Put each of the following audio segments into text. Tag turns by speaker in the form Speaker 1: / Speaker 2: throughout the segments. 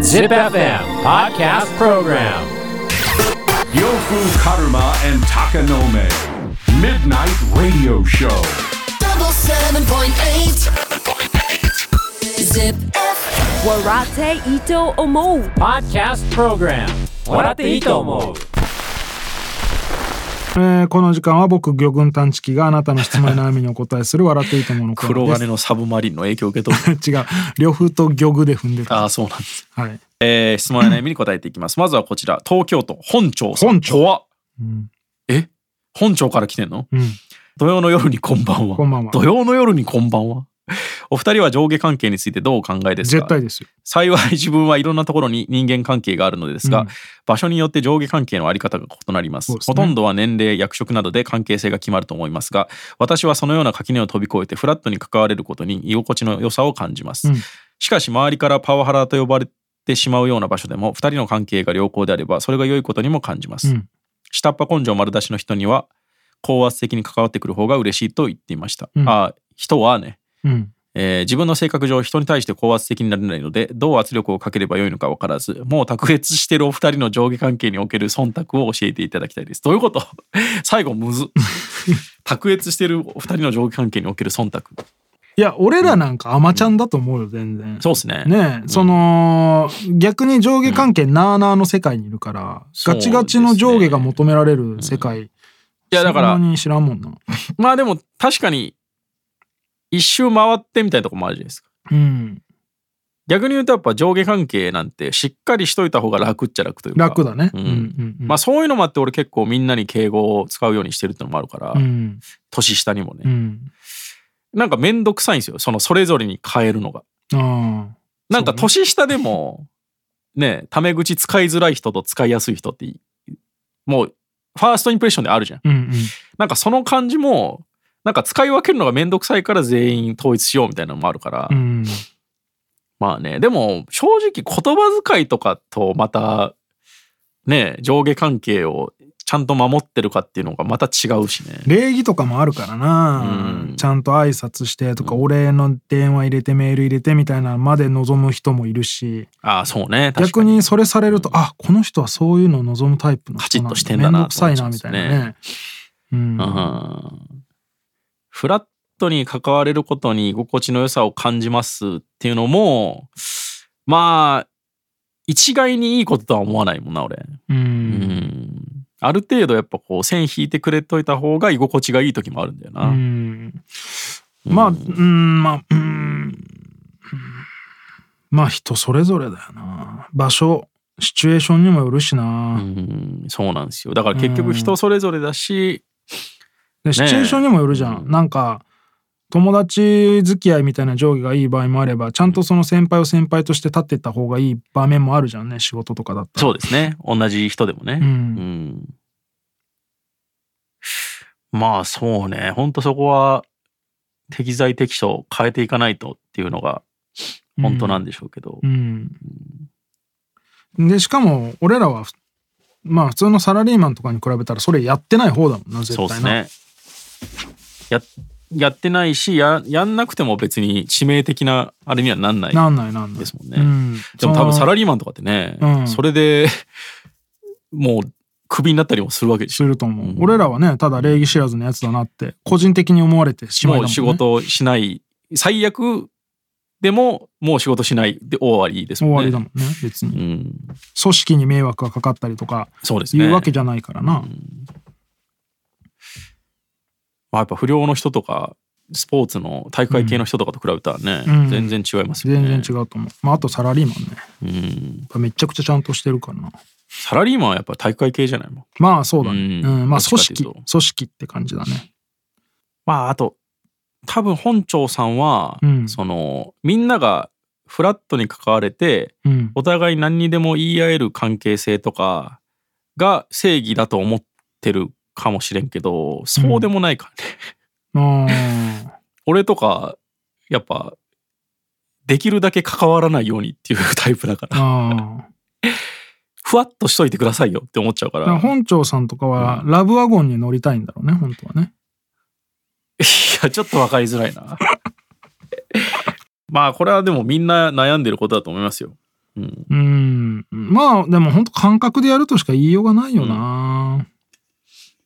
Speaker 1: Zip FM Podcast Program
Speaker 2: Yofu Karuma and Takanome. Midnight Radio Show.
Speaker 3: double seven point eight. Zip.
Speaker 4: Warate Ito Omo.
Speaker 1: Podcast Program 笑っていいと思う
Speaker 5: えーこの時間は僕魚群探知機があなたの質問や悩みにお答えする笑っていいと思うのコー
Speaker 6: 黒
Speaker 5: ナー
Speaker 6: 金のサブマリンの影響を受け取る。
Speaker 5: です違う呂布と魚具で踏んでた
Speaker 6: ああ、 そうなんです。
Speaker 5: はい
Speaker 6: えー質問や悩みに答えていきます。まずはこちら、東京都本町さん。
Speaker 5: 本町
Speaker 6: 怖っ
Speaker 5: うん、
Speaker 6: え本庁から来てんの
Speaker 5: うん、
Speaker 6: 土曜の夜にこんばんは。
Speaker 5: こんばんは
Speaker 6: 土曜の夜にこんばんは。お二人は上下関係についてどうお考えですか
Speaker 5: 絶対ですよ
Speaker 6: 幸い自分はいろんなところに人間関係があるのですが、
Speaker 5: うん
Speaker 6: 場所によって上下関係のあり方が異なります
Speaker 5: そうですね
Speaker 6: ほとんどは年齢役職などで関係性が決まると思いますが私はそのような垣根を飛び越えてフラットに関われることに居心地の良さを感じます、
Speaker 5: うん
Speaker 6: しかし周りからパワハラと呼ばれてしまうような場所でも2人の関係が良好であればそれが良いことにも感じます、
Speaker 5: うん
Speaker 6: 下っ端根性丸出しの人には高圧的に関わってくる方が嬉しいと言っていました、
Speaker 5: うん
Speaker 6: あ人はね
Speaker 5: うん
Speaker 6: えー自分の性格上人に対して高圧的になれないのでどう圧力をかければよいのか分からずもう卓越してるお二人の上下関係における忖度を教えていただきたいですどういうこと 最 後むず卓越してるお二人の上下関係における忖度
Speaker 5: いや俺らなんかアマちゃんだと思うよ全然
Speaker 6: そうですね
Speaker 5: ねえ、その逆に上下関係なあなあの世界にいるから、ガチガチの上下が求められる世界、
Speaker 6: いやだから
Speaker 5: そんなに知らんもんな
Speaker 6: まあでも確かに一周回ってみたいなとこもあるじゃないですか
Speaker 5: うん
Speaker 6: 逆に言うとやっぱ上下関係なんてしっかりしといた方が楽っちゃ楽というか
Speaker 5: 楽だね
Speaker 6: うん
Speaker 5: うんうんうん
Speaker 6: まあそういうのもあって俺結構みんなに敬語を使うようにしてるってのもあるから、
Speaker 5: うん
Speaker 6: 年下にもね、
Speaker 5: うん
Speaker 6: なんかめんどくさいんですよ。そのそれぞれに変えるのが。
Speaker 5: あ
Speaker 6: なんか年下でも、ね、タメ口使いづらい人と使いやすい人ってい、もう、ファーストインプレッションであるじゃん。
Speaker 5: あうんうん
Speaker 6: なんかその感じも、なんか使い分けるのがめんどくさいから全員統一しようみたいなのもあるから。
Speaker 5: うん
Speaker 6: まあね、でも正直言葉遣いとかとまた、ね、上下関係をちゃんと守ってるかっていうのがまた違うしね。
Speaker 5: 礼儀とかもあるからな、
Speaker 6: うん
Speaker 5: ちゃんと挨拶してとか、お礼の電話入れてメール入れてみたいなまで望む人もいるし
Speaker 6: ああ、そうね。確か
Speaker 5: 逆
Speaker 6: に。
Speaker 5: にそれされると、あこの人はそういうのを望むタイプの人なんだ
Speaker 6: カチッとしてんだな
Speaker 5: めんどくさいなみたいなねうん
Speaker 6: うんフラットに関われることに居心地の良さを感じますっていうのも、まあ、一概にいいこととは思わないもんな、俺。
Speaker 5: うん
Speaker 6: うん。ある程度やっぱこう線引いてくれといた方が居心地がいい時もあるんだよな。
Speaker 5: うんまあうんまあうんまあ人それぞれだよな場所シチュエーションにもよるしな、
Speaker 6: うんそうなんですよ。だから結局人それぞれだし、
Speaker 5: でシチュエーションにもよるじゃん、なんか友達付き合いみたいな定規がいい場合もあればちゃんとその先輩を先輩として立ってった方がいい場面もあるじゃんね仕事とかだったら
Speaker 6: そうですね。同じ人でもね。
Speaker 5: うん
Speaker 6: うんまあそうね。ほんとそこは適材適所変えていかないとっていうのが本当なんでしょうけど。
Speaker 5: うんでしかも俺らはまあ普通のサラリーマンとかに比べたらそれやってない方だもんな絶
Speaker 6: そ
Speaker 5: 対
Speaker 6: うで
Speaker 5: な
Speaker 6: すね。ややってないしややんなくても別に致命的なあれにはなんない
Speaker 5: なんないなんない
Speaker 6: ですもんね。
Speaker 5: うん
Speaker 6: でも多分
Speaker 5: そ
Speaker 6: サ
Speaker 5: の
Speaker 6: ラリーマンとかってね、
Speaker 5: うん
Speaker 6: それでもうクビになったりもするわけでし
Speaker 5: す
Speaker 6: ょ。
Speaker 5: ると思う、
Speaker 6: うん
Speaker 5: 俺らはねただ礼儀知らずのやつだなって個人的に思われてしまいだもん、
Speaker 6: もう
Speaker 5: ね、
Speaker 6: 仕事をしない最悪でももう仕事しないで終わりです
Speaker 5: 終
Speaker 6: もん
Speaker 5: わ
Speaker 6: ね。
Speaker 5: りだもんね別に
Speaker 6: うん、
Speaker 5: 組織に迷惑がかかったりとか
Speaker 6: そうです
Speaker 5: い
Speaker 6: ね。
Speaker 5: うわけじゃないからな、
Speaker 6: まあ、やっぱ不良の人とかスポーツの体育会系の人とかと比べたらね、
Speaker 5: うん
Speaker 6: 全然違いますよね。
Speaker 5: 全然違うと思う、まあ、あとサラリーマンね
Speaker 6: うん、
Speaker 5: めちゃくちゃちゃんとしてるからな
Speaker 6: サラリーマンはやっぱ体育会系じゃないもん。
Speaker 5: まあそうだね、
Speaker 6: う
Speaker 5: うんんまあ
Speaker 6: どっ
Speaker 5: 組
Speaker 6: ちかってい
Speaker 5: 織
Speaker 6: うと
Speaker 5: 組織って感じだね
Speaker 6: まああと多分本庁さんは、
Speaker 5: うん
Speaker 6: そのみんながフラットに関われて
Speaker 5: うん
Speaker 6: お互い何にでも言い合える関係性とかが正義だと思ってるかもしれんけどそうでもないからね、
Speaker 5: あ
Speaker 6: 俺とかやっぱできるだけ関わらないようにっていうタイプだか
Speaker 5: ー
Speaker 6: ら
Speaker 5: あ
Speaker 6: ふわっとしといてくださいよって思っちゃうか
Speaker 5: ーだ
Speaker 6: ら
Speaker 5: から本庁さんとかはラブワゴンに乗りたいんだろうね本当はね
Speaker 6: いやちょっと分かりづらいな まあこれはでもみんな悩んでることだと思いますよ。
Speaker 5: うんまあでも本当感覚でやるとしか言いようがないよな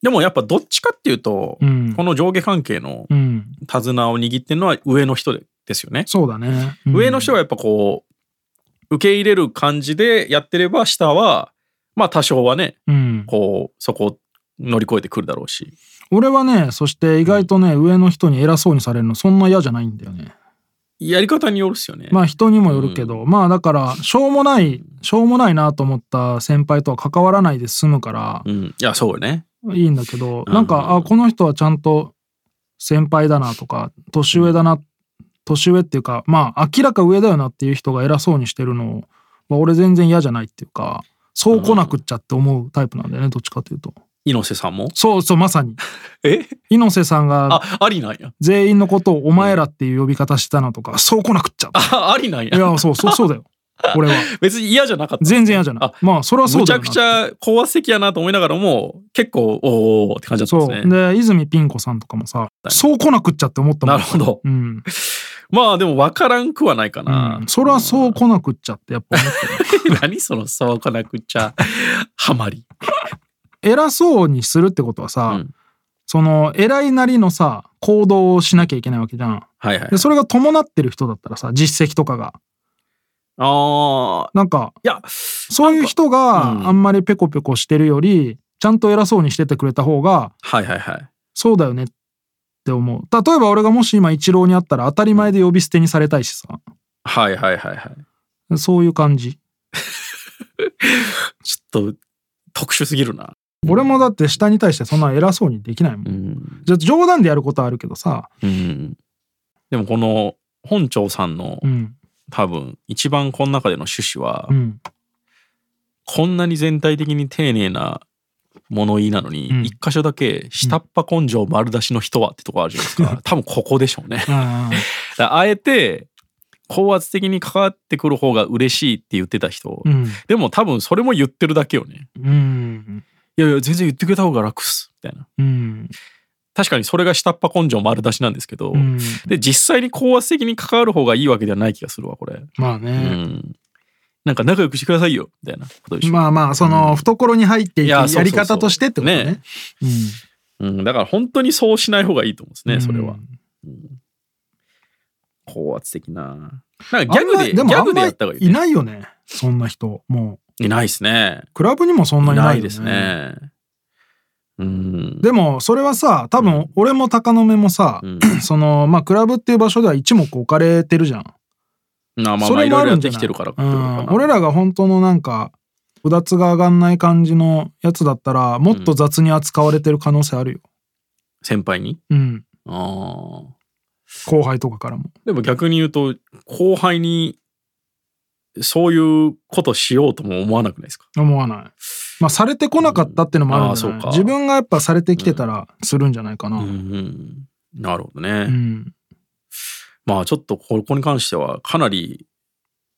Speaker 6: でもやっぱどっちかっていうと、
Speaker 5: うん
Speaker 6: この上下関係の
Speaker 5: うん、
Speaker 6: 手綱を握ってるのは上の人でですよね。
Speaker 5: そうだね、うん
Speaker 6: 上の人がやっぱこう受け入れる感じでやってれば下はまあ多少はね
Speaker 5: うん
Speaker 6: こうそこを乗り越えてくるだろうし
Speaker 5: 俺はねそして意外とね上の人に偉そうにされるのそんな嫌じゃないんだよね
Speaker 6: やり方によるっすよね。
Speaker 5: まあ人にもよるけど、まあだからしょうもないしょうもないなと思った先輩とは関わらないで済むから
Speaker 6: うん、いやそうよね。
Speaker 5: いいんだけど、
Speaker 6: うん
Speaker 5: なんかあこの人はちゃんと先輩だなとか年上だな年上っていうかまあ明らか上だよなっていう人が偉そうにしてるのを、まあ、俺全然嫌じゃないっていうかそう来なくっちゃって思うタイプなんだよねどっちかというと
Speaker 6: 猪瀬さんも
Speaker 5: そうそうまさに
Speaker 6: え
Speaker 5: 猪瀬さんが
Speaker 6: あありなんや。
Speaker 5: 全員のことを「お前ら」っていう呼び方したのとか、そう来なくっちゃ
Speaker 6: あありなん
Speaker 5: い
Speaker 6: や。
Speaker 5: やそうそうそうだよ俺は
Speaker 6: 別に嫌じゃなかった。
Speaker 5: 全然嫌じゃない
Speaker 6: あ
Speaker 5: まあそれはそ
Speaker 6: む
Speaker 5: う
Speaker 6: ち
Speaker 5: だ
Speaker 6: ゃ
Speaker 5: よ
Speaker 6: く
Speaker 5: な
Speaker 6: ちゃ高圧的やなと思いながらも結構おーおーって感じだった
Speaker 5: そ
Speaker 6: ん
Speaker 5: う
Speaker 6: ですね。
Speaker 5: で泉ピン子さんとかもさ
Speaker 6: い
Speaker 5: そう来なくっちゃって思ったもん
Speaker 6: なるほど。
Speaker 5: うん、
Speaker 6: まあでも分からんくはないかな。
Speaker 5: うん、それは そう来なくっちゃってやっぱ思ってる
Speaker 6: 何その騒がなくちゃハマり。
Speaker 5: 偉そうにするってことはさ、
Speaker 6: うん
Speaker 5: その偉いなりのさ行動をしなきゃいけないわけじゃん
Speaker 6: はいはい
Speaker 5: で。それが伴ってる人だったらさ実績とかが
Speaker 6: ああ。
Speaker 5: なんか
Speaker 6: いや、
Speaker 5: そういう人が
Speaker 6: なんかうん
Speaker 5: あんまりペコペコしてるよりちゃんと偉そうにしててくれた方が
Speaker 6: はいはいはい。
Speaker 5: そうだよねって思う例えば俺がもし今一郎に会ったら当たり前で呼び捨てにされたいしさ
Speaker 6: はいはいはいはい。
Speaker 5: そういう感じ
Speaker 6: ちょっと特殊すぎるな。
Speaker 5: 俺もだって下に対してそんな偉そうにできないもん、
Speaker 6: うん。
Speaker 5: じゃ冗談でやることはあるけどさ、
Speaker 6: うん。でもこの本庁さんの
Speaker 5: うん
Speaker 6: 多分一番この中での趣旨は、
Speaker 5: うん、
Speaker 6: こんなに全体的に丁寧な物言いなのに、
Speaker 5: うん
Speaker 6: 一箇所だけ下っ端根性丸出しの人はってとこあるじゃないですか。多分ここでしょうね。
Speaker 5: あ
Speaker 6: だからあえて高圧的に関わってくる方が嬉しいって言ってた人、
Speaker 5: ーうん
Speaker 6: でも多分それも言ってるだけよね
Speaker 5: うん
Speaker 6: いやいや全然言ってくれた方が楽っすみたいな
Speaker 5: うん
Speaker 6: 確かにそれが下っ端根性丸出しなんですけど、
Speaker 5: うん
Speaker 6: で実際に高圧的に関わる方がいいわけではない気がするわこれ、
Speaker 5: まあ
Speaker 6: う
Speaker 5: ね、
Speaker 6: ん、なんか仲良くしてくださいよみたいなことでしょ、
Speaker 5: まあまあその懐に入ってい
Speaker 6: い
Speaker 5: く
Speaker 6: や
Speaker 5: や
Speaker 6: そうそうそう
Speaker 5: り方としてってことね
Speaker 6: ね
Speaker 5: うん
Speaker 6: うん、だから本当にそうしない方がいいと思うんですねそれは、高圧的ななんかギャグ
Speaker 5: あんま
Speaker 6: でギ
Speaker 5: もあ
Speaker 6: ャ
Speaker 5: んま
Speaker 6: グでやった方がいい,、
Speaker 5: いないよねそんな人もう
Speaker 6: いないですね
Speaker 5: クラブにもそんなにない,、
Speaker 6: いですねうん
Speaker 5: でもそれはさ多分俺も鷹の目もさ、
Speaker 6: うん
Speaker 5: そのまあクラブっていう場所では一目置かれてるじゃん
Speaker 6: なあまあ
Speaker 5: そ
Speaker 6: まあ
Speaker 5: れ
Speaker 6: い
Speaker 5: も
Speaker 6: ろ
Speaker 5: あ
Speaker 6: いろ
Speaker 5: る
Speaker 6: やっ
Speaker 5: んじ
Speaker 6: て
Speaker 5: ゃ
Speaker 6: き
Speaker 5: ない
Speaker 6: てるからって
Speaker 5: う
Speaker 6: ことか
Speaker 5: ん、
Speaker 6: な
Speaker 5: 俺らが本当のなんかうだつが上がんない感じのやつだったらもっと雑に扱われてる可能性あるよ、
Speaker 6: 先輩に
Speaker 5: うん、
Speaker 6: ああ
Speaker 5: 後輩とかからも
Speaker 6: でも逆に言うと後輩にそういうことしようとも思わなくないですか
Speaker 5: 思わないまあされてこなかったってのもあるんじゃない、
Speaker 6: うんあーそうか
Speaker 5: 自分がやっぱされてきてたらするんじゃないかな、
Speaker 6: うんうんなるほどね、
Speaker 5: うん
Speaker 6: まあちょっとここに関してはかなり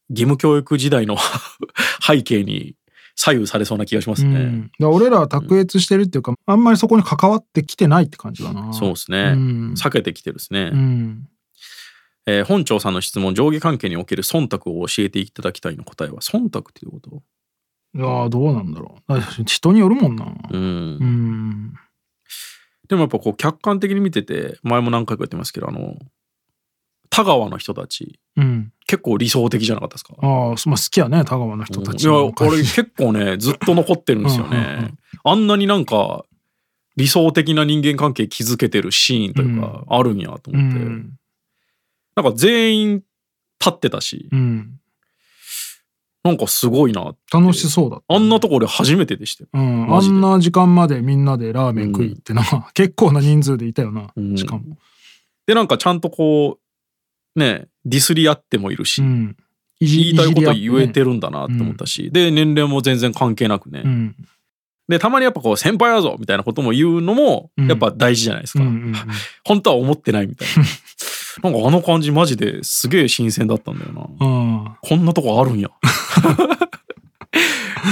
Speaker 6: 義務教育時代の 背景に左右されそうな気がします
Speaker 5: う
Speaker 6: ね、
Speaker 5: んだから俺らは卓越してるっていうか、あんまりそこに関わってきてないって感じだな
Speaker 6: そうですね、
Speaker 5: うん
Speaker 6: 避けてきてるですね、
Speaker 5: うん
Speaker 6: えー本庁さんの質問上下関係における忖度を教えていただきたいの答えは忖度っていうこと
Speaker 5: いやーどうなんだろうだから人によるもんな
Speaker 6: うん
Speaker 5: うん
Speaker 6: でもやっぱこう客観的に見てて前も何回か言ってますけどあの田川の人たち
Speaker 5: うん
Speaker 6: 結構理想的じゃなかったですか
Speaker 5: ああ、そまあ、好きやね田川の人たち
Speaker 6: いや
Speaker 5: の
Speaker 6: これ結構ねずっと残ってるんですよね
Speaker 5: うんうんうん
Speaker 6: あんなになんか理想的な人間関係築けてるシーンというかあるんやと
Speaker 5: う
Speaker 6: 思って、
Speaker 5: ん
Speaker 6: なんか全員立ってたし
Speaker 5: うん
Speaker 6: なんかすごいな
Speaker 5: 楽しそうだった
Speaker 6: あんなとこ俺初めてでしたよ、
Speaker 5: うん、あ
Speaker 6: マジで
Speaker 5: んな時間までみんなでラーメン食いってな、結構な人数でいたよな、
Speaker 6: うん
Speaker 5: しかも、
Speaker 6: でなんかちゃんとこうねディスり合ってもいるし、
Speaker 5: うん、い
Speaker 6: 言いたいこと
Speaker 5: じり合
Speaker 6: 言え
Speaker 5: って
Speaker 6: るんだなって思ったし、で年齢も全然関係なくね、
Speaker 5: ねうん
Speaker 6: でたまにやっぱこう先輩やぞみたいなことも言うのも
Speaker 5: うん
Speaker 6: やっぱ大事じゃないです
Speaker 5: うん
Speaker 6: か、
Speaker 5: うんうん、
Speaker 6: 本当は思ってないみたい ななんかあの感じマジですげえ新鮮だったんだよな、
Speaker 5: あ
Speaker 6: こんなとこあるん や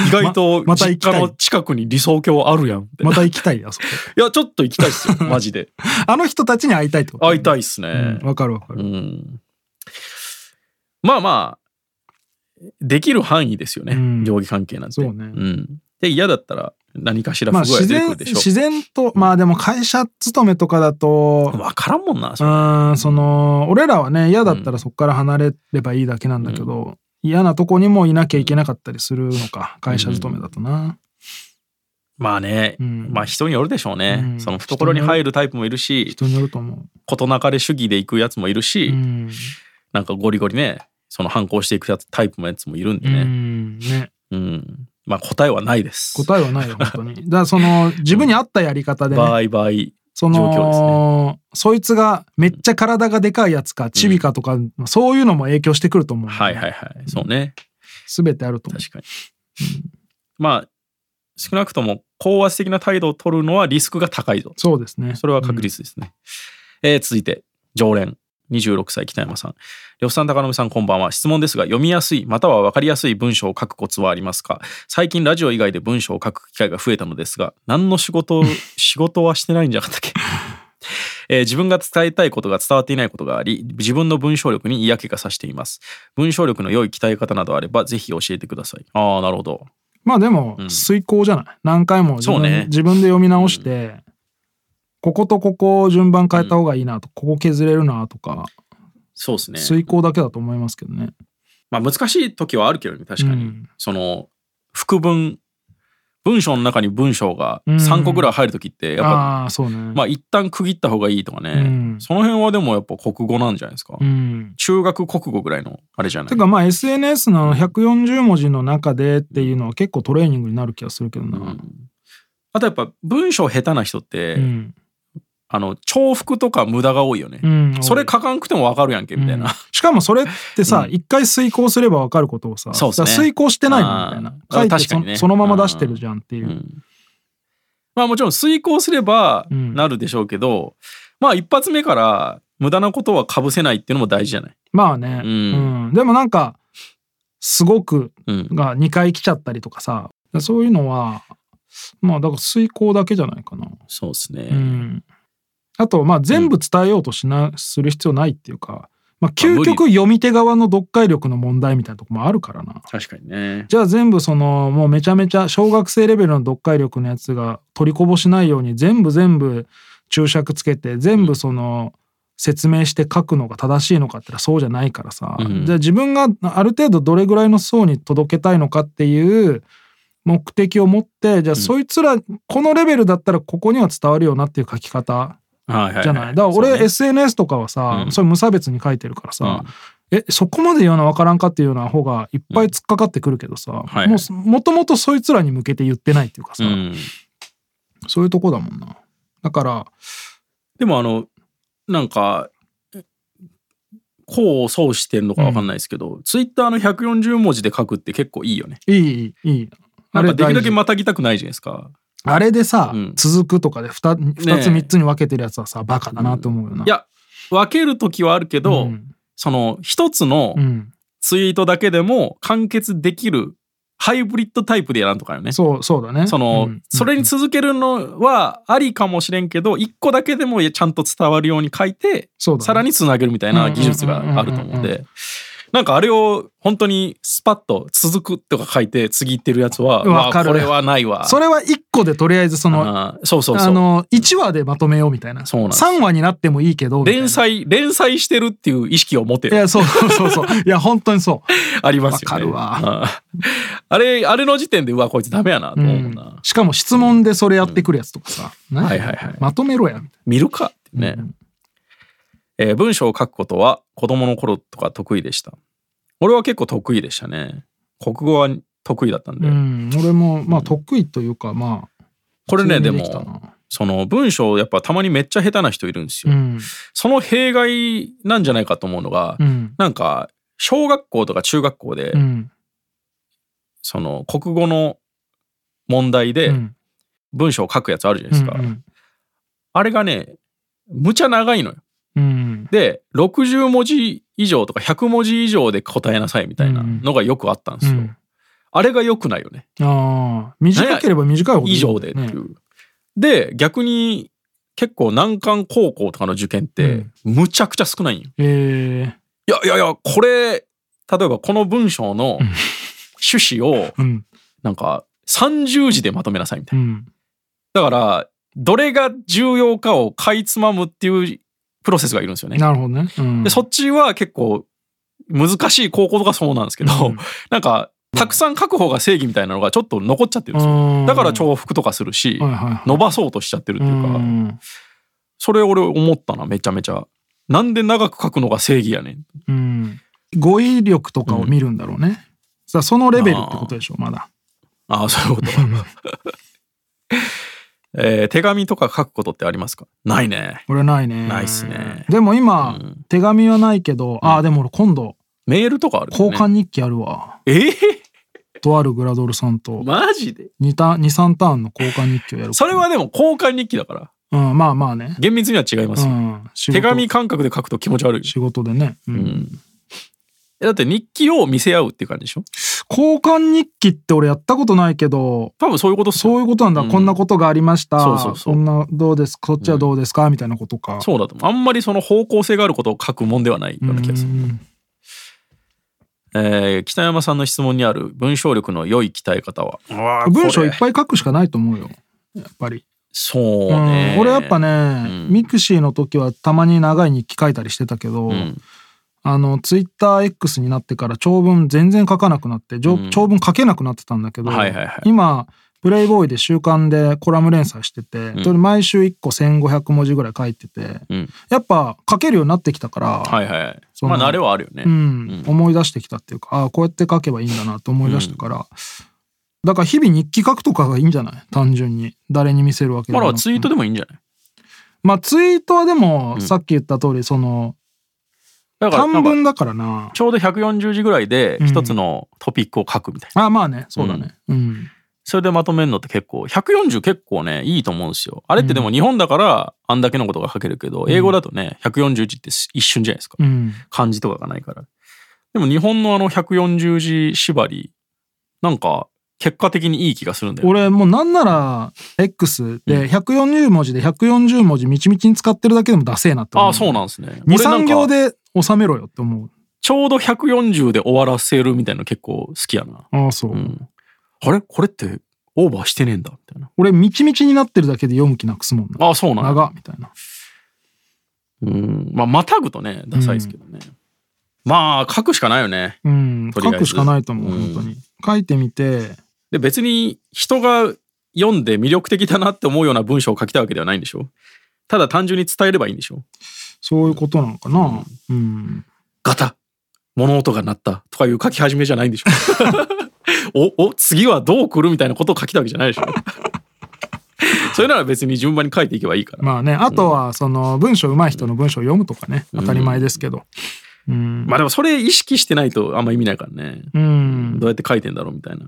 Speaker 6: 意外と
Speaker 5: ままた行きた
Speaker 6: 実
Speaker 5: い
Speaker 6: 家の近くに理想郷あるやんみたい
Speaker 5: ー
Speaker 6: な
Speaker 5: また行きたい あそこ
Speaker 6: いやちょっと行きたい っすよマジで
Speaker 5: あの人たちに会いたいってこと
Speaker 6: 会いた
Speaker 5: い
Speaker 6: いっす
Speaker 5: わ、
Speaker 6: ね
Speaker 5: うん、わかるわか
Speaker 6: う
Speaker 5: る、
Speaker 6: んまあまあできる範囲ですよね、
Speaker 5: うん
Speaker 6: 上下関係なんて
Speaker 5: そうね
Speaker 6: ん、で嫌だったら何かしら
Speaker 5: まあ
Speaker 6: 不具合出
Speaker 5: 自
Speaker 6: てく
Speaker 5: 然
Speaker 6: るでしょ
Speaker 5: 自然とまあでも会社勤めとかだと
Speaker 6: 分からんもんな
Speaker 5: う
Speaker 6: それ
Speaker 5: ーんその俺らはね嫌だったらそこから離れればいいだけなんだけど、嫌なとこにもいなきゃいけなかったりするのか会社勤めだとな、
Speaker 6: まあね、
Speaker 5: うん
Speaker 6: まあ人によるでしょうね、
Speaker 5: うん
Speaker 6: その懐に入るタイプもいるし
Speaker 5: 人によると思
Speaker 6: 事なかれ主義で行くやつもいる
Speaker 5: う、
Speaker 6: し、
Speaker 5: うん
Speaker 6: なんかゴリゴリねその反抗していくやつタイプのやつもいるんで
Speaker 5: う
Speaker 6: ね、
Speaker 5: んね
Speaker 6: うんまあ答えはないです
Speaker 5: 答えはないよ本当に だからその自分に合ったやり方でね
Speaker 6: 場合場合
Speaker 5: その
Speaker 6: 状況です
Speaker 5: そいつがめっちゃ体がでかいやつかチビかとか、そういうのも影響してくると思う、
Speaker 6: はいはいはいそうね
Speaker 5: 全てあると思
Speaker 6: 確かにまあ少なくとも高圧的な態度を取るのはリスクが高いぞ
Speaker 5: うそうですね
Speaker 6: それは確、率ですね。えー続いて、常連。26歳北山さん。呂布さん、高野さん、こんばんは。質問ですが、読みやすい、または分かりやすい文章を書くコツはありますか最近、ラジオ以外で文章を書く機会が増えたのですが、何の仕事 を、仕事はしてないんじゃなかったっけえー自分が伝えたいことが伝わっていないことがあり自分の文章力に嫌気がさしています文章力の良い鍛え方などあればぜひ教えてくださいああなるほど
Speaker 5: まあでも
Speaker 6: うん
Speaker 5: 遂行じゃない、何回も自分,、
Speaker 6: そうね
Speaker 5: 自分で読み直して、こことここを順番変えた方がいいなと、ここ削れるなとか
Speaker 6: そうですね
Speaker 5: 遂行だけだと思いますけどね
Speaker 6: まあ難しい時はあるけどね確かに、
Speaker 5: うん
Speaker 6: その副文文章の中に文章が
Speaker 5: うん
Speaker 6: 3個ぐらい入る時ってやっぱ、
Speaker 5: ああーそうね
Speaker 6: まあ一旦区切った方がいいとかね、
Speaker 5: うん
Speaker 6: その辺はでもやっぱ国語なんじゃないですか、
Speaker 5: うん
Speaker 6: 中学国語ぐらいのあれじゃない
Speaker 5: てかまあ SNS の140文字の中でっていうのは結構トレーニングになる気がするけど
Speaker 6: う
Speaker 5: な、うん
Speaker 6: んあとやっぱ文章下手な人って、
Speaker 5: うん
Speaker 6: あの重複とか無駄が多いよね、それ書かんくてもわかるやんけみたいな、
Speaker 5: うんしかもそれってさ
Speaker 6: う
Speaker 5: 一、回遂行すれば分かることをさ
Speaker 6: そうっすね
Speaker 5: だから遂行してないのみたいな
Speaker 6: あー
Speaker 5: 書いて
Speaker 6: 確か
Speaker 5: そ,、
Speaker 6: にね
Speaker 5: そのまま出してるじゃんっていう、
Speaker 6: うんまあもちろん遂行すれば
Speaker 5: うん
Speaker 6: なるでしょうけど、まあ一発目から無駄なことはかぶせないっていうのも大事じゃない、
Speaker 5: まあね、
Speaker 6: う
Speaker 5: うんんでもなんかすごく
Speaker 6: うん、
Speaker 5: が2回来ちゃったりとかさそういうのはまあだから遂行だけじゃないかな、
Speaker 6: そうですね、
Speaker 5: うん、あとまあ全部伝えようとしな、する必要ないっていうか、まあ、究
Speaker 6: ま
Speaker 5: 極読み手側の読解力の問題みたいなとこもあるからな
Speaker 6: 確かにね
Speaker 5: じゃあ全部そのもうめちゃめちゃ小学生レベルの読解力のやつが取りこぼしないように全部全部注釈つけて全部その説明して書くのが正しいのかって言ったらそうじゃないからさ、
Speaker 6: うん
Speaker 5: じゃあ自分がある程度どれぐらいの層に届けたいのかっていう目的を持ってじゃあそいつらこのレベルだったらここには伝わるよなっていう書き方
Speaker 6: はいは
Speaker 5: じゃない。だから
Speaker 6: そう
Speaker 5: 俺
Speaker 6: ね
Speaker 5: SNS とかはさ、
Speaker 6: うん
Speaker 5: それ無差別に書いてるからさ、えそこまで言わな分からんかっていうような方がいっぱい突っかかってくるけどさ、
Speaker 6: はい
Speaker 5: もうすもともとそいつらに向けて言ってないっていうかさ、
Speaker 6: うん
Speaker 5: そういうとこだもんな。だから
Speaker 6: でもあのなんか功を奏してるのかわかんないですけど、ツイッターの140文字で書くって結構いいよね
Speaker 5: いいいいい
Speaker 6: なんかできるだけ
Speaker 5: 大事
Speaker 6: またぎたくないじゃないですか
Speaker 5: あれでさ、
Speaker 6: うん
Speaker 5: 続くとかで 2,
Speaker 6: ねえ
Speaker 5: つ3つに分けてるやつはさバカだなと思うよな。
Speaker 6: いや分ける時はあるけ
Speaker 5: う
Speaker 6: ど、
Speaker 5: ん
Speaker 6: その一つの
Speaker 5: うん
Speaker 6: ツイートだけでも完結できるハイブリッドタイプでやらんとかよね
Speaker 5: そうそうだね。
Speaker 6: その、
Speaker 5: うん
Speaker 6: それに続けるのはありかもしれんけど一個だけでもちゃんと伝わるように書いて
Speaker 5: そうだね
Speaker 6: さらにつなげるみたいな技術があると思うんで。なんかあれを本当にスパッと続くとか書いて次行ってるやつは、
Speaker 5: わかる
Speaker 6: うわこれはないわ。
Speaker 5: それは1個でとりあえずその
Speaker 6: あーそうそう
Speaker 5: あ
Speaker 6: そう。
Speaker 5: の1話でまとめようみたいな
Speaker 6: そうなんです
Speaker 5: 3話になってもいいけどみたいな
Speaker 6: 連載、連載してるっていう意識を持て
Speaker 5: いやそうそうそうそういや本当にそう。
Speaker 6: ありますよね。
Speaker 5: わかる
Speaker 6: うんあれ、あれの時点で、うわ、こいつダメやなと
Speaker 5: う
Speaker 6: 思うんな。
Speaker 5: しかも質問でそれやってくるやつとかさ、何
Speaker 6: はいはいはい
Speaker 5: まとめろやみたい
Speaker 6: 見るかってね、えー文章を書くことは子供の頃とか得意でした俺は結構得意でしたね国語は得意だったんで、
Speaker 5: な、うん、俺もまあ得意というかまあ
Speaker 6: これねで
Speaker 5: 普通にきたな
Speaker 6: もその文章やっぱたまにめっちゃ下手な人いるんです
Speaker 5: う
Speaker 6: よ、
Speaker 5: ん
Speaker 6: その弊害なんじゃないかと思うのが、
Speaker 5: うん
Speaker 6: なんか小学校とか中学校で、
Speaker 5: うん
Speaker 6: その国語の問題
Speaker 5: う
Speaker 6: で
Speaker 5: ん
Speaker 6: 文章を書くやつあるじゃないですか、
Speaker 5: うん
Speaker 6: あれがねむちゃ長いのよ
Speaker 5: うん
Speaker 6: で60文字以上とか100文字以上で答えなさいみたいなのがよくあったんで
Speaker 5: う
Speaker 6: すよ、
Speaker 5: ん
Speaker 6: あれが良くないよね
Speaker 5: ああ短ければ短いほどいい
Speaker 6: 以上でってい
Speaker 5: ね
Speaker 6: う、で逆に結構難関高校とかの受験ってむちゃくちゃ少ないんよ、
Speaker 5: え
Speaker 6: いやいやいやこれ例えばこの文章の趣旨を
Speaker 5: うん
Speaker 6: なんか30字でまとめなさいみた
Speaker 5: う
Speaker 6: いな。
Speaker 5: ん
Speaker 6: だからどれが重要かをかいつまむっていうプロセスがいるんですよね。
Speaker 5: なるほどね、うん、
Speaker 6: でそっちは結構難しい高校とかそうなんですけど、
Speaker 5: うん
Speaker 6: なんかたくさん書く方が正義みたいなのがちょっと残っちゃってるんですよ。
Speaker 5: うん
Speaker 6: だから重複とかするし、
Speaker 5: はいはいはい
Speaker 6: 伸ばそうとしちゃってるっていうか、
Speaker 5: うん
Speaker 6: それ俺思ったなめちゃめちゃ。なんで長く書くのが正義やねん。
Speaker 5: うん語彙力とかを見るんだろうね、さあそのレベルってことでしょまだ
Speaker 6: ああそういうこと。 えー手紙とか書くことってありますかないね。
Speaker 5: 俺ないね
Speaker 6: ないっすね
Speaker 5: でも今、
Speaker 6: うん
Speaker 5: 手紙はないけど、ああでも俺今度
Speaker 6: メールとかある、ね、
Speaker 5: 交換日記あるわ、
Speaker 6: えー、
Speaker 5: とあるグラドルさんと
Speaker 6: マジで
Speaker 5: 23ターン23ターンの交換日記をやる
Speaker 6: それはでも交換日記だから
Speaker 5: うんまあまあね、
Speaker 6: 厳密には違いま
Speaker 5: う
Speaker 6: すよ、
Speaker 5: ん、仕事
Speaker 6: 手紙感覚で書くと気持ち悪い
Speaker 5: 仕事でね、うん
Speaker 6: うん、だって日記を見せ合うっていう感じでしょ
Speaker 5: 交換日記って俺やったことないけど
Speaker 6: 多分そういうことっすよ
Speaker 5: そういうことなんだ、
Speaker 6: うん
Speaker 5: こんなことがありました
Speaker 6: そうそうそう
Speaker 5: こんなどうですこっちはどうですか、みたいなことか
Speaker 6: そうだと思うあんまりその方向性があることを書くもんではないような気がする、
Speaker 5: うん
Speaker 6: えー北山さんの質問にある文章力の良い鍛え方は
Speaker 5: あ文章いっぱい書くしかないと思うよやっぱり、
Speaker 6: そう
Speaker 5: うん
Speaker 6: ね、
Speaker 5: 俺やっぱね、
Speaker 6: ん
Speaker 5: ミクシーの時はたまに長い日記書いたりしてたけど、
Speaker 6: うん
Speaker 5: あのツイッター X になってから長文全然書かなくなって、じょ
Speaker 6: うん
Speaker 5: 長文書けなくなってたんだけど、
Speaker 6: はいはいはい
Speaker 5: 今プレイボーイで週刊でコラム連載してて、それ毎週1個1,500文字ぐらい書いてて、
Speaker 6: うん
Speaker 5: やっぱ書けるようになってきたから、
Speaker 6: はいはい
Speaker 5: そ
Speaker 6: ま
Speaker 5: の
Speaker 6: あ慣れはあるよね、
Speaker 5: うん
Speaker 6: うん
Speaker 5: 思い出してきたっていうかああこうやって書けばいいんだなと思い出したから、だから日々日記書くとかがいいんじゃない単純に誰に見せるわけで
Speaker 6: ま
Speaker 5: もな
Speaker 6: あだ
Speaker 5: く
Speaker 6: からツイートでもいいんじゃない
Speaker 5: まあツイートはでも、さっき言った通りその
Speaker 6: だからな
Speaker 5: 短
Speaker 6: んか
Speaker 5: 文だからな
Speaker 6: ちょうど140字ぐらいで
Speaker 5: うん
Speaker 6: 一つのトピックを書くみたいな、
Speaker 5: あまあねそうだねうん、
Speaker 6: それでまとめるのって結構140結構ねいいと思うんですよあれってでも日本だからあんだけのことが書けるけど、英語だとね140字って一瞬じゃないですか、
Speaker 5: うん
Speaker 6: 漢字とかがないからでも日本のあの140字縛りなんか結果的にいい気がするんだよね
Speaker 5: 俺もうなんなら X で140文字で140文字みちみちに使ってるだけでもダセえなって思
Speaker 6: ああそうなんですね俺なん
Speaker 5: 23
Speaker 6: か
Speaker 5: 行で収めろよって思う
Speaker 6: ちょうど140で終わらせるみたいなの結構好きやな
Speaker 5: ああそう、
Speaker 6: うんあれこれってオーバーしてねえんだみたいな
Speaker 5: 俺みちみちになってるだけで読む気なくすもんな
Speaker 6: ああそうなんだ
Speaker 5: 長っみたいな
Speaker 6: うんまあまたぐとねダサいですけどね、まあ書くしかないよね
Speaker 5: うん、
Speaker 6: とり
Speaker 5: 書
Speaker 6: あえず
Speaker 5: くしかないと思う、
Speaker 6: う
Speaker 5: 本
Speaker 6: ん
Speaker 5: 当に。書いてみて、
Speaker 6: で別に人が読んで魅力的だなって思うような文章を書きたいわけではないんでしょただ単純に伝えればいいんでしょ
Speaker 5: そういうことなのかな。うん。
Speaker 6: ガタ物音が鳴ったとかいう書き始めじゃないんでしょ おお次はどう来るみたいなことを書きたいわけじゃないでしょ それなら別に順番に書いていけばいいから、
Speaker 5: まあね、あとは、その、文章上手い人の文章を読むとかね、当たり前ですけど。うん。
Speaker 6: まあでもそれ意識してないとあんま意味ないからね、
Speaker 5: うん
Speaker 6: どうやって書いてんだろうみたいな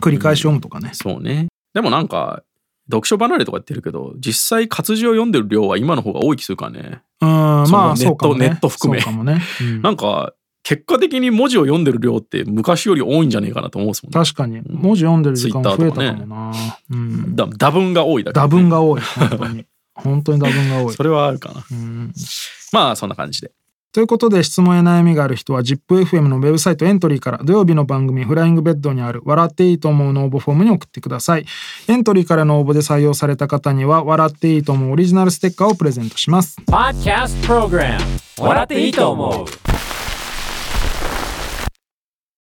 Speaker 5: 繰り返し読むとかね。
Speaker 6: そうね。でもなんか、読書離れとか言ってるけど、実際活字を読んでる量は今の方が多い気するからね。
Speaker 5: うん、
Speaker 6: その
Speaker 5: まあ、
Speaker 6: ネット
Speaker 5: そうかもね。
Speaker 6: ネット含め
Speaker 5: そうかもね。うん
Speaker 6: なんか、結果的に文字を読んでる量って昔より多いんじゃねえかなと思うんですもんね。
Speaker 5: 確かに、文字読んでる時間増えたかもな。うん。
Speaker 6: だ打文が多いだけ、
Speaker 5: 打文。が多い、本当に。本当に打文が多い
Speaker 6: そ。れはあるかな。
Speaker 5: うん
Speaker 6: まあ、そんな感じで。
Speaker 5: ということで質問や悩みがある人は ZIPFM のウェブサイトエントリーから土曜日の番組フライングベッドにある笑っていいと思うの応募フォームに送ってくださいエントリーからの応募で採用された方には笑っていいと思うオリジナルステッカーをプレゼントします
Speaker 1: Podcast Program 笑っていいと思う